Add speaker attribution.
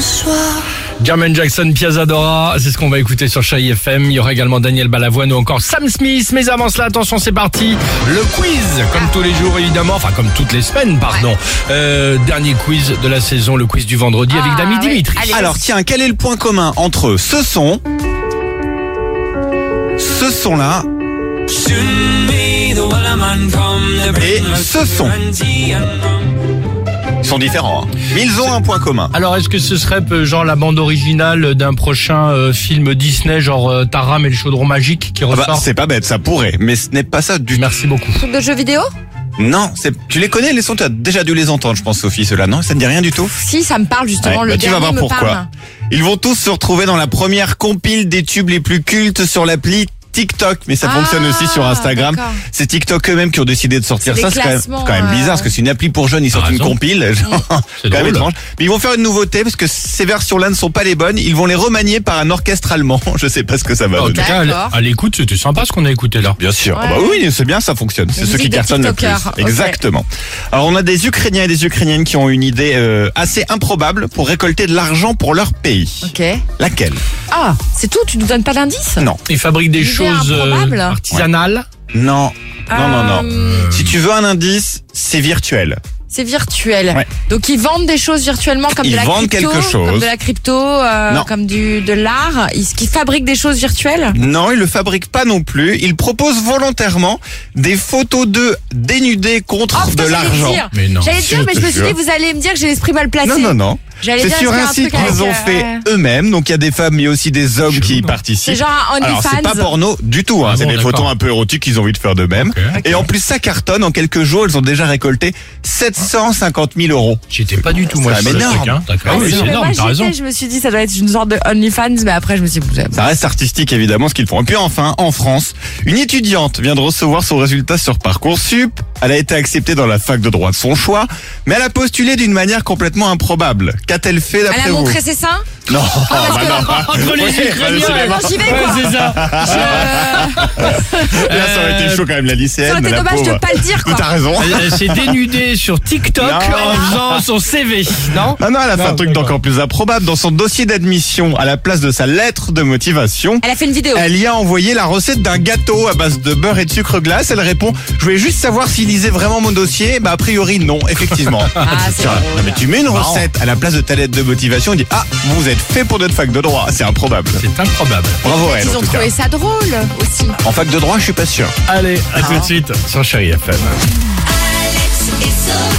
Speaker 1: soir.
Speaker 2: Jermaine Jackson, Piazza Dora, c'est ce qu'on va écouter sur Chai FM. Il y aura également Daniel Balavoine ou encore Sam Smith. Mais avant cela, attention, c'est parti. Le quiz, comme tous les jours évidemment, enfin comme toutes les semaines, pardon. Euh, dernier quiz de la saison, le quiz du vendredi avec
Speaker 3: Ah,
Speaker 2: Dami
Speaker 3: ouais.
Speaker 2: Dimitri.
Speaker 3: Allez.
Speaker 1: Alors tiens, quel est le point commun entre ce son, ce son-là
Speaker 4: Et ce son.
Speaker 1: Ils sont différents, hein. mais ils ont un point commun.
Speaker 2: Alors, est-ce que ce serait euh, genre la bande originale d'un prochain euh, film Disney, genre euh, Taram et le chaudron magique qui
Speaker 1: Ah bah,
Speaker 2: ressort
Speaker 1: c'est pas bête, ça pourrait, mais ce n'est pas ça du
Speaker 2: Merci beaucoup.
Speaker 3: Truc de jeux vidéo
Speaker 1: Non, c'est- tu les connais les sons, tu as déjà dû les entendre, je pense, Sophie, cela, non Ça ne dit rien du tout
Speaker 3: Si, ça me parle justement.
Speaker 1: Ouais,
Speaker 3: le
Speaker 1: bah, tu vas
Speaker 3: dernier
Speaker 1: voir
Speaker 3: me
Speaker 1: pourquoi.
Speaker 3: parle.
Speaker 1: Ils vont tous se retrouver dans la première compile des tubes les plus cultes sur l'appli TikTok, mais ça
Speaker 3: Ah,
Speaker 1: fonctionne aussi sur Instagram.
Speaker 3: d'accord.
Speaker 1: C'est TikTok eux-mêmes qui ont décidé de sortir
Speaker 3: C'est
Speaker 1: ça.
Speaker 3: des
Speaker 1: C'est quand, même- c'est
Speaker 3: classements,
Speaker 1: quand même
Speaker 3: euh,
Speaker 1: bizarre parce que c'est une appli pour jeunes. Ils sortent
Speaker 2: T'as
Speaker 1: une
Speaker 2: raison.
Speaker 1: compile, genre,
Speaker 2: C'est
Speaker 1: quand même
Speaker 2: drôle.
Speaker 1: étrange. Mais ils vont faire une nouveauté parce que ces versions-là ne sont pas les bonnes. Ils vont les remanier par un orchestre allemand. Je sais pas ce que ça va
Speaker 2: En tout
Speaker 1: donner.
Speaker 2: cas, à l-
Speaker 3: D'accord.
Speaker 2: à l'écoute, c'était sympa ce qu'on a écouté là.
Speaker 1: Bien sûr.
Speaker 3: Ouais.
Speaker 1: Ah bah oui, c'est bien, ça fonctionne. C'est
Speaker 3: Une
Speaker 1: ceux qui
Speaker 3: musique de
Speaker 1: cartonnent le plus.
Speaker 3: TikToker, ok.
Speaker 1: Exactement. Alors on a des Ukrainiens et des Ukrainiennes qui ont une idée euh, assez improbable pour récolter de l'argent pour leur pays.
Speaker 3: Ok.
Speaker 1: Laquelle
Speaker 3: Ah, c'est tout Tu nous donnes pas d'indice
Speaker 1: Non.
Speaker 2: Ils fabriquent des
Speaker 3: Idée
Speaker 2: choses euh,
Speaker 3: improbable.
Speaker 2: artisanales.
Speaker 1: Non. Non, non, non.
Speaker 3: Euh,
Speaker 1: Si tu veux un indice, c'est virtuel.
Speaker 3: C'est virtuel.
Speaker 1: Ouais.
Speaker 3: Donc ils vendent des choses virtuellement comme
Speaker 1: Ils
Speaker 3: de la
Speaker 1: vendent
Speaker 3: crypto,
Speaker 1: quelque chose.
Speaker 3: comme de la crypto, euh,
Speaker 1: Non.
Speaker 3: comme du de l'art. Ils, ils fabriquent des choses virtuelles.
Speaker 1: Non, ils le fabriquent pas non plus. Ils proposent volontairement des photos d'eux dénudés contre
Speaker 3: Oh, putain,
Speaker 1: de
Speaker 3: j'allais
Speaker 1: l'argent.
Speaker 3: dire.
Speaker 2: Mais non.
Speaker 3: J'allais dire, mais je me suis dit, vous allez me dire que j'ai l'esprit mal placé.
Speaker 1: Non, non, non.
Speaker 3: J'allais
Speaker 1: C'est
Speaker 3: dire,
Speaker 1: sur
Speaker 3: c'est
Speaker 1: un
Speaker 3: un
Speaker 1: site
Speaker 3: truc
Speaker 1: qu'ils ont
Speaker 3: avec,
Speaker 1: fait
Speaker 3: euh,
Speaker 1: eux-mêmes. Donc il y a des femmes, mais aussi des hommes qui y
Speaker 3: C'est
Speaker 1: participent.
Speaker 3: genre un
Speaker 1: Alors c'est pas
Speaker 3: OnlyFans.
Speaker 1: porno du tout, hein.
Speaker 2: Ah
Speaker 1: c'est
Speaker 2: bon,
Speaker 1: des
Speaker 2: d'accord.
Speaker 1: photos un peu érotiques qu'ils ont envie de faire de même.
Speaker 2: Ok.
Speaker 1: Et en plus ça cartonne, en quelques jours ils ont déjà récolté 750 000 euros.
Speaker 2: J'étais pas du tout moi.
Speaker 1: C'est
Speaker 2: sur le
Speaker 1: énorme.
Speaker 2: truc, hein. D'accord.
Speaker 1: Ah
Speaker 2: Ah
Speaker 1: oui,
Speaker 2: oui,
Speaker 1: c'est
Speaker 2: c'est
Speaker 3: Mais
Speaker 2: énorme.
Speaker 3: moi,
Speaker 2: T'as raison.
Speaker 3: j'étais, je me suis dit, ça doit être une sorte de OnlyFans, mais après, je me suis dit,
Speaker 1: Ça reste artistique évidemment ce qu'ils font. Et puis enfin, en France, une étudiante vient de recevoir son résultat sur Parcoursup. Elle a été acceptée dans la fac de droit de son choix, mais elle a postulé d'une manière complètement improbable. Qu'a-t-elle fait
Speaker 3: elle
Speaker 1: d'après vous
Speaker 3: a
Speaker 1: Ah, bah
Speaker 3: montré ses seins.
Speaker 1: Non,
Speaker 3: parce que-
Speaker 2: Entre les
Speaker 1: Ouais,
Speaker 2: Ukrainiens,
Speaker 1: c'est
Speaker 3: Non, J'y vais, quoi.
Speaker 2: c'est ça.
Speaker 3: euh, Je-
Speaker 1: là, ça aurait été chaud quand même la lycéenne.
Speaker 3: Ça aurait été
Speaker 1: la
Speaker 3: dommage
Speaker 1: pauvre.
Speaker 3: de pas le dire, quoi.
Speaker 1: T'as raison.
Speaker 2: Elle s'est dénudée sur TikTok
Speaker 1: Non.
Speaker 2: en faisant son CV, non
Speaker 1: Ah Non, non, elle a fait
Speaker 2: Non,
Speaker 1: un truc
Speaker 2: d'accord.
Speaker 1: d'encore plus improbable. Dans son dossier d'admission, à la place de sa lettre de motivation,
Speaker 3: Elle a fait une vidéo.
Speaker 1: elle y a envoyé la recette d'un gâteau à base de beurre et de sucre glace. Elle répond Je voulais juste savoir s'il lisait vraiment mon dossier. Bah, a priori, non, effectivement.
Speaker 3: Ah, c'est
Speaker 1: Tiens,
Speaker 3: drôle.
Speaker 1: non, mais tu mets une
Speaker 2: Marrant.
Speaker 1: recette à la place de ta lettre de motivation. On dit Ah, vous êtes fait pour notre fac de droit. C'est improbable.
Speaker 2: C'est improbable.
Speaker 1: Bravo à elle.
Speaker 3: Ils
Speaker 1: En,
Speaker 3: ont
Speaker 1: tout cas.
Speaker 3: trouvé ça drôle aussi.
Speaker 1: en
Speaker 2: Ah.
Speaker 1: fac de droit, je suis pas sûr.
Speaker 2: Allez, à tout de suite sur Chérie FM.
Speaker 5: Alex et Sophie.